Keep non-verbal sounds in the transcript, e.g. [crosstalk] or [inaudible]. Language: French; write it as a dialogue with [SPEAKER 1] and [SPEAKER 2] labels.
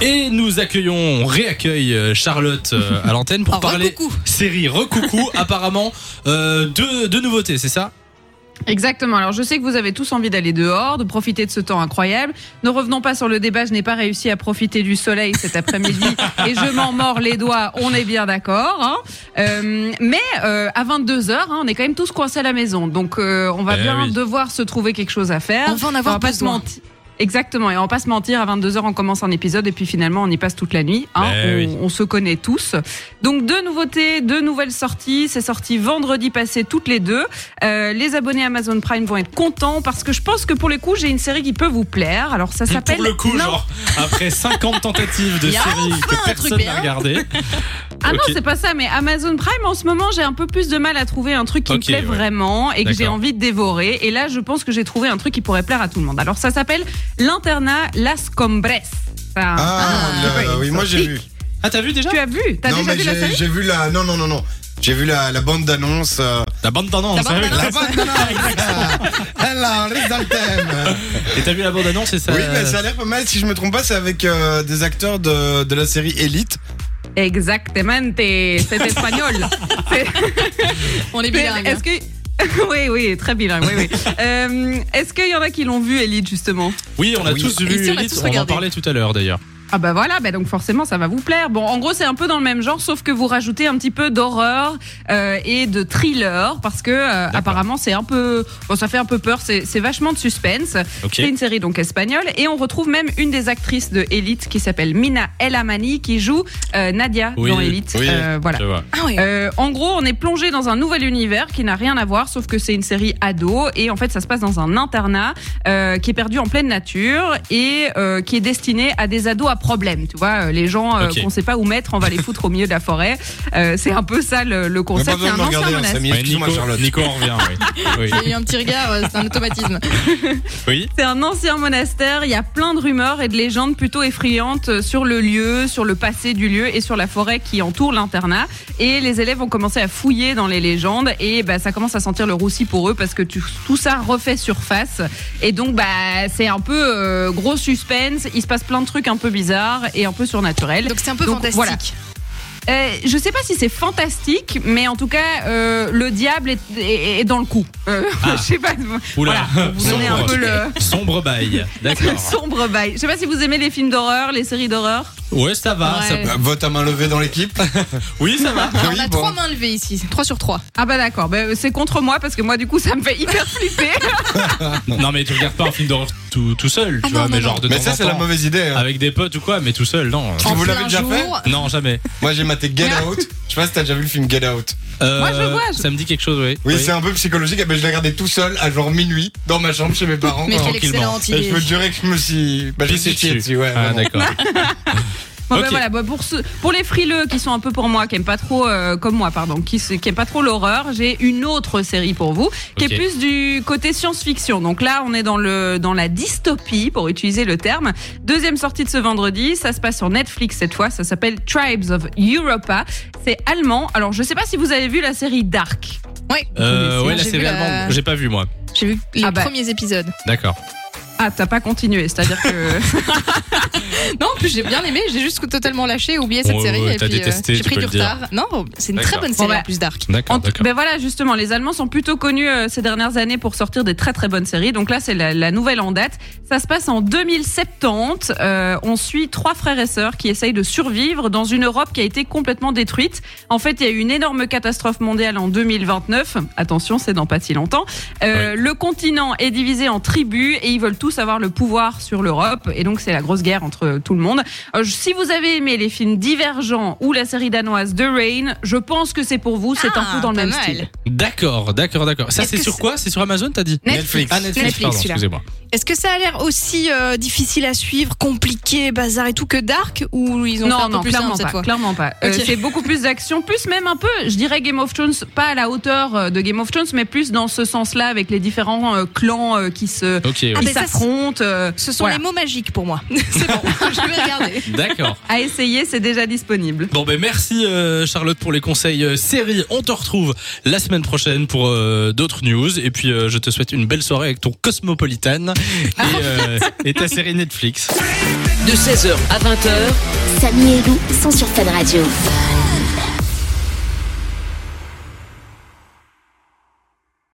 [SPEAKER 1] Et nous accueillons, on réaccueille Charlotte euh, à l'antenne
[SPEAKER 2] [laughs]
[SPEAKER 1] pour
[SPEAKER 2] Oh,
[SPEAKER 1] parler
[SPEAKER 2] recoucou.
[SPEAKER 1] série
[SPEAKER 2] [laughs]
[SPEAKER 1] Recoucou. apparemment, euh, deux, deux nouveautés, c'est ça
[SPEAKER 3] Exactement. Alors, je sais que vous avez tous envie d'aller dehors, de profiter de ce temps incroyable. Ne revenons pas sur le débat. Je n'ai pas réussi à profiter du soleil cet
[SPEAKER 1] [laughs]
[SPEAKER 3] après-midi et je m'en mords les doigts. On est bien d'accord. hein. Euh, mais euh, à 22 h on est quand même tous coincés à la maison. Donc, euh, on va
[SPEAKER 1] Eh
[SPEAKER 3] bien
[SPEAKER 1] oui.
[SPEAKER 3] devoir se trouver quelque chose à faire.
[SPEAKER 2] On va en avoir
[SPEAKER 3] pas se
[SPEAKER 2] besoin.
[SPEAKER 3] mentir. Exactement, et on va pas se mentir, à 22h on commence un épisode et puis finalement on y passe toute la nuit, hein.
[SPEAKER 1] Ben
[SPEAKER 3] on,
[SPEAKER 1] oui.
[SPEAKER 3] on se connaît tous. Donc deux nouveautés, deux nouvelles sorties, c'est sorti vendredi passé toutes les deux. Euh, les abonnés Amazon Prime vont être contents parce que je pense que pour le coup, j'ai une série qui peut vous plaire. Alors ça s'appelle
[SPEAKER 1] Pour le coup,
[SPEAKER 3] Non.
[SPEAKER 1] genre, après 50 tentatives de
[SPEAKER 2] Il y a
[SPEAKER 1] série que
[SPEAKER 2] un truc
[SPEAKER 1] personne n'a
[SPEAKER 2] bien.
[SPEAKER 1] regardé.
[SPEAKER 3] Ah non,
[SPEAKER 1] Ok.
[SPEAKER 3] c'est pas ça, mais Amazon Prime en ce moment, j'ai un peu plus de mal à trouver un truc qui
[SPEAKER 1] Ok,
[SPEAKER 3] me plaît
[SPEAKER 1] ouais.
[SPEAKER 3] vraiment et que j'ai
[SPEAKER 1] D'accord.
[SPEAKER 3] envie de dévorer et là, je pense que j'ai trouvé un truc qui pourrait plaire à tout le monde. Alors ça s'appelle L'internat Las Combres. Enfin,
[SPEAKER 4] Ah,
[SPEAKER 2] Ah,
[SPEAKER 4] là, là, oui, moi j'ai vu.
[SPEAKER 1] Ah, t'as vu déjà
[SPEAKER 3] Tu as vu T'as
[SPEAKER 4] Non,
[SPEAKER 3] déjà
[SPEAKER 4] mais
[SPEAKER 3] vu la
[SPEAKER 4] j'ai
[SPEAKER 3] série
[SPEAKER 4] j'ai vu la. Non, non, non, non. J'ai vu la, la bande d'annonce. euh,
[SPEAKER 1] La bande d'annonce,
[SPEAKER 2] La bande
[SPEAKER 1] hein, oui.
[SPEAKER 2] d'annonce.
[SPEAKER 4] La bande d'annonce Alors, on reste dans le thème
[SPEAKER 1] Et t'as vu la bande annonce et ça.
[SPEAKER 4] Oui, mais ça a l'air pas mal. Si je me trompe pas, c'est avec euh, des acteurs de, de la série Elite.
[SPEAKER 3] Exactement,
[SPEAKER 1] [laughs]
[SPEAKER 3] c'est espagnol. C'est-
[SPEAKER 2] On est bilingue.
[SPEAKER 3] Est-ce que [laughs] oui, oui, très bilingue. Oui, oui. Euh, Est-ce qu'il y en a qui l'ont vu, Elite, justement
[SPEAKER 1] Oui, on a
[SPEAKER 4] Oui.
[SPEAKER 1] tous
[SPEAKER 2] Et
[SPEAKER 1] vu
[SPEAKER 2] si on a
[SPEAKER 1] Elite,
[SPEAKER 2] tous
[SPEAKER 1] on, en
[SPEAKER 2] regardé.
[SPEAKER 1] parlait tout à l'heure d'ailleurs.
[SPEAKER 3] Ah bah voilà, bah donc forcément, ça va vous plaire. Bon, en gros, c'est un peu dans le même genre, sauf que vous rajoutez un petit peu d'horreur euh, et de thriller, parce que euh, apparemment, c'est un peu... Bon, ça fait un peu peur, c'est c'est vachement de suspense.
[SPEAKER 1] Ok.
[SPEAKER 3] C'est une série donc espagnole et on retrouve même une des actrices de Elite qui s'appelle Mina El Amani qui joue euh, Nadia
[SPEAKER 1] Oui,
[SPEAKER 3] dans Elite.
[SPEAKER 1] oui.
[SPEAKER 3] Euh, voilà.
[SPEAKER 1] Je vois.
[SPEAKER 2] Ah oui.
[SPEAKER 3] Euh, en gros, on est plongé dans un nouvel univers qui n'a rien à voir, sauf que c'est une série ado. Et en fait, ça se passe dans un internat euh, qui est perdu en pleine nature et euh, qui est destiné à des ados à problème. Tu vois, euh, les gens euh,
[SPEAKER 1] Ok.
[SPEAKER 3] qu'on sait pas où mettre, on va les foutre au milieu de la forêt. Euh, c'est un peu ça le, le
[SPEAKER 4] On n'a pas
[SPEAKER 3] concept. C'est
[SPEAKER 4] besoin de
[SPEAKER 3] un
[SPEAKER 4] me
[SPEAKER 3] ancien
[SPEAKER 4] regarder, hein,
[SPEAKER 3] menace.
[SPEAKER 4] Samy.
[SPEAKER 1] Ouais,
[SPEAKER 4] Excuse-moi,
[SPEAKER 1] Nico,
[SPEAKER 4] Charlotte.
[SPEAKER 1] Nico en revient,
[SPEAKER 2] [laughs]
[SPEAKER 1] oui.
[SPEAKER 2] J'ai eu un petit regard, euh, c'est un automatisme.
[SPEAKER 1] Oui.
[SPEAKER 3] C'est un ancien monastère, il y a plein de rumeurs et de légendes plutôt effrayantes euh, sur le lieu, sur le passé du lieu et sur la forêt qui entoure l'internat. Et les élèves ont commencé à fouiller dans les légendes et bah, ça commence à sentir le roussi pour eux parce que tu- tout ça refait surface. Et donc bah, c'est un peu euh, gros suspense, il se passe plein de trucs un peu bizarres et un peu surnaturels.
[SPEAKER 2] Donc c'est un peu
[SPEAKER 3] Donc,
[SPEAKER 2] fantastique.
[SPEAKER 3] voilà. Euh, je sais pas si c'est fantastique, mais en tout cas, euh, le diable est, est- est dans le coup. Euh, [laughs] je sais pas.
[SPEAKER 1] Oula.
[SPEAKER 3] Voilà, pour vous donner un
[SPEAKER 1] Sombre.
[SPEAKER 3] peu le...
[SPEAKER 1] Sombre bail. D'accord.
[SPEAKER 2] [laughs]
[SPEAKER 3] [laughs] Sombre bail. Je sais pas si vous aimez les films d'horreur, les séries d'horreur.
[SPEAKER 1] Ouais, ça va.
[SPEAKER 2] Ouais.
[SPEAKER 1] ça peut-
[SPEAKER 4] Bah, vote à main levée dans l'équipe.
[SPEAKER 1] Oui, ça va.
[SPEAKER 2] Alors, on
[SPEAKER 4] Oui,
[SPEAKER 2] a
[SPEAKER 4] bon.
[SPEAKER 2] hein. trois mains levées ici, 3 sur 3.
[SPEAKER 3] Ah bah d'accord, Bah, c'est contre moi parce que moi du coup ça me fait hyper [laughs] flipper.
[SPEAKER 1] Non, mais tu regardes pas un film d'horreur tout, tout seul, tu
[SPEAKER 2] Ah
[SPEAKER 1] vois,
[SPEAKER 2] non,
[SPEAKER 1] mais
[SPEAKER 2] non, Oh.
[SPEAKER 1] genre de
[SPEAKER 4] Mais
[SPEAKER 1] temps
[SPEAKER 4] ça,
[SPEAKER 1] en
[SPEAKER 4] c'est la
[SPEAKER 1] temps, Ah,
[SPEAKER 4] mauvaise idée. hein.
[SPEAKER 1] Avec des potes ou quoi, mais tout seul, non.
[SPEAKER 4] Tu vous l'avez déjà fait
[SPEAKER 1] Non, jamais.
[SPEAKER 4] Moi, j'ai maté Get Out. Je sais pas si t'as déjà vu le film Get Out.
[SPEAKER 1] Euh,
[SPEAKER 3] Moi, je vois, je-
[SPEAKER 1] Ça me dit quelque chose, oui.
[SPEAKER 4] Oui, c'est un peu psychologique. Eh ben, je l'ai regardé tout seul à genre minuit dans ma chambre chez mes parents.
[SPEAKER 2] Mais quelle
[SPEAKER 1] tranquillement. Eh,
[SPEAKER 2] excellente
[SPEAKER 4] Et je
[SPEAKER 2] idée.
[SPEAKER 4] peux te jurer que je me suis. Bah, je me
[SPEAKER 1] Pissé
[SPEAKER 4] suis chié
[SPEAKER 1] dessus.
[SPEAKER 4] dessus, ouais.
[SPEAKER 1] Ah,
[SPEAKER 4] vraiment.
[SPEAKER 1] d'accord.
[SPEAKER 2] [laughs]
[SPEAKER 3] Bon,
[SPEAKER 1] Ok.
[SPEAKER 3] bah, voilà, bah, pour, ceux- pour les frileux qui sont un peu pour moi, qui aiment pas trop, euh, comme moi, pardon, qui, se- qui aiment pas trop l'horreur, j'ai une autre série pour vous, qui
[SPEAKER 1] Ok.
[SPEAKER 3] est plus du côté science-fiction. Donc là, on est dans, le, dans la dystopie, pour utiliser le terme. Deuxième sortie de ce vendredi, ça se passe sur Netflix cette fois, ça s'appelle Tribes of Europa. C'est allemand. Alors je sais pas si vous avez vu la série Dark.
[SPEAKER 2] Ouais.
[SPEAKER 1] Euh, ouais, la
[SPEAKER 2] J'ai vu
[SPEAKER 1] série
[SPEAKER 2] la-
[SPEAKER 1] allemande, j'ai pas vu, moi.
[SPEAKER 2] J'ai vu les
[SPEAKER 3] Ah bah.
[SPEAKER 2] premiers épisodes.
[SPEAKER 1] D'accord.
[SPEAKER 3] Ah, t'as pas continué, c'est-à-dire que.
[SPEAKER 2] Non, en plus j'ai bien aimé, j'ai juste totalement lâché, oublié cette
[SPEAKER 1] Ouais,
[SPEAKER 2] série
[SPEAKER 1] ouais,
[SPEAKER 2] et
[SPEAKER 1] t'as
[SPEAKER 2] puis euh,
[SPEAKER 1] détesté,
[SPEAKER 2] j'ai
[SPEAKER 1] tu
[SPEAKER 2] pris
[SPEAKER 1] peux
[SPEAKER 2] du
[SPEAKER 1] le dire.
[SPEAKER 2] retard. Non, c'est une
[SPEAKER 1] D'accord.
[SPEAKER 2] très bonne série
[SPEAKER 3] Bon, bah.
[SPEAKER 2] en plus dark.
[SPEAKER 1] D'accord,
[SPEAKER 3] En tout-
[SPEAKER 1] d'accord.
[SPEAKER 3] ben voilà, justement, les Allemands sont plutôt connus euh, ces dernières années pour sortir des très très bonnes séries. Donc là, c'est la, la nouvelle en date. Ça se passe en 2070. Euh, on suit trois frères et sœurs qui essayent de survivre dans une Europe qui a été complètement détruite. En fait, il y a eu une énorme catastrophe mondiale en 2029. Attention, c'est dans pas si longtemps. Euh, Le continent est divisé en tribus et ils veulent tous avoir le pouvoir sur l'Europe. Et donc, c'est la grosse guerre entre euh, tout le monde. Euh, je- si vous avez aimé les films Divergents ou la série danoise The Rain, je pense que c'est pour vous. C'est un
[SPEAKER 2] Ah,
[SPEAKER 3] peu dans le
[SPEAKER 2] pas
[SPEAKER 3] même
[SPEAKER 2] mal.
[SPEAKER 3] style.
[SPEAKER 1] D'accord, d'accord, d'accord. Ça,
[SPEAKER 2] Est-ce
[SPEAKER 1] c'est
[SPEAKER 2] que
[SPEAKER 1] sur
[SPEAKER 2] c'est-
[SPEAKER 1] quoi C'est sur Amazon, t'as dit
[SPEAKER 2] Netflix.
[SPEAKER 1] Ah, Netflix,
[SPEAKER 2] Netflix,
[SPEAKER 1] pardon,
[SPEAKER 2] celui-là.
[SPEAKER 1] excusez-moi.
[SPEAKER 2] Est-ce que ça a l'air aussi euh, difficile à suivre, compliqué, bazar et tout que Dark ou ils ont fait un
[SPEAKER 3] Non,
[SPEAKER 2] peu
[SPEAKER 3] non,
[SPEAKER 2] plus simple
[SPEAKER 3] clairement
[SPEAKER 2] cette
[SPEAKER 3] pas,
[SPEAKER 2] fois
[SPEAKER 3] clairement pas. Euh,
[SPEAKER 2] Ok.
[SPEAKER 3] c'est beaucoup plus d'action, plus même un peu, je dirais Game of Thrones, pas à la hauteur euh, de Game of Thrones, mais plus dans ce sens-là, avec les différents euh, clans euh, qui se...
[SPEAKER 1] Ok, ouais.
[SPEAKER 3] Ah,
[SPEAKER 2] Ah,
[SPEAKER 3] Ils
[SPEAKER 2] mais ça,
[SPEAKER 3] affrontent. euh,
[SPEAKER 2] Ce sont
[SPEAKER 3] voilà.
[SPEAKER 2] les mots magiques pour moi. [laughs] C'est bon, je vais regarder.
[SPEAKER 1] D'accord.
[SPEAKER 3] À essayer, c'est déjà disponible.
[SPEAKER 1] Bon ben merci euh, Charlotte pour les conseils euh, séries. On te retrouve la semaine prochaine pour euh, d'autres news et puis euh, je te souhaite une belle soirée avec ton Cosmopolitan et, euh, et ta série Netflix.
[SPEAKER 5] de 16h à 20h.
[SPEAKER 6] Samy et Lou sont sur Fan Radio.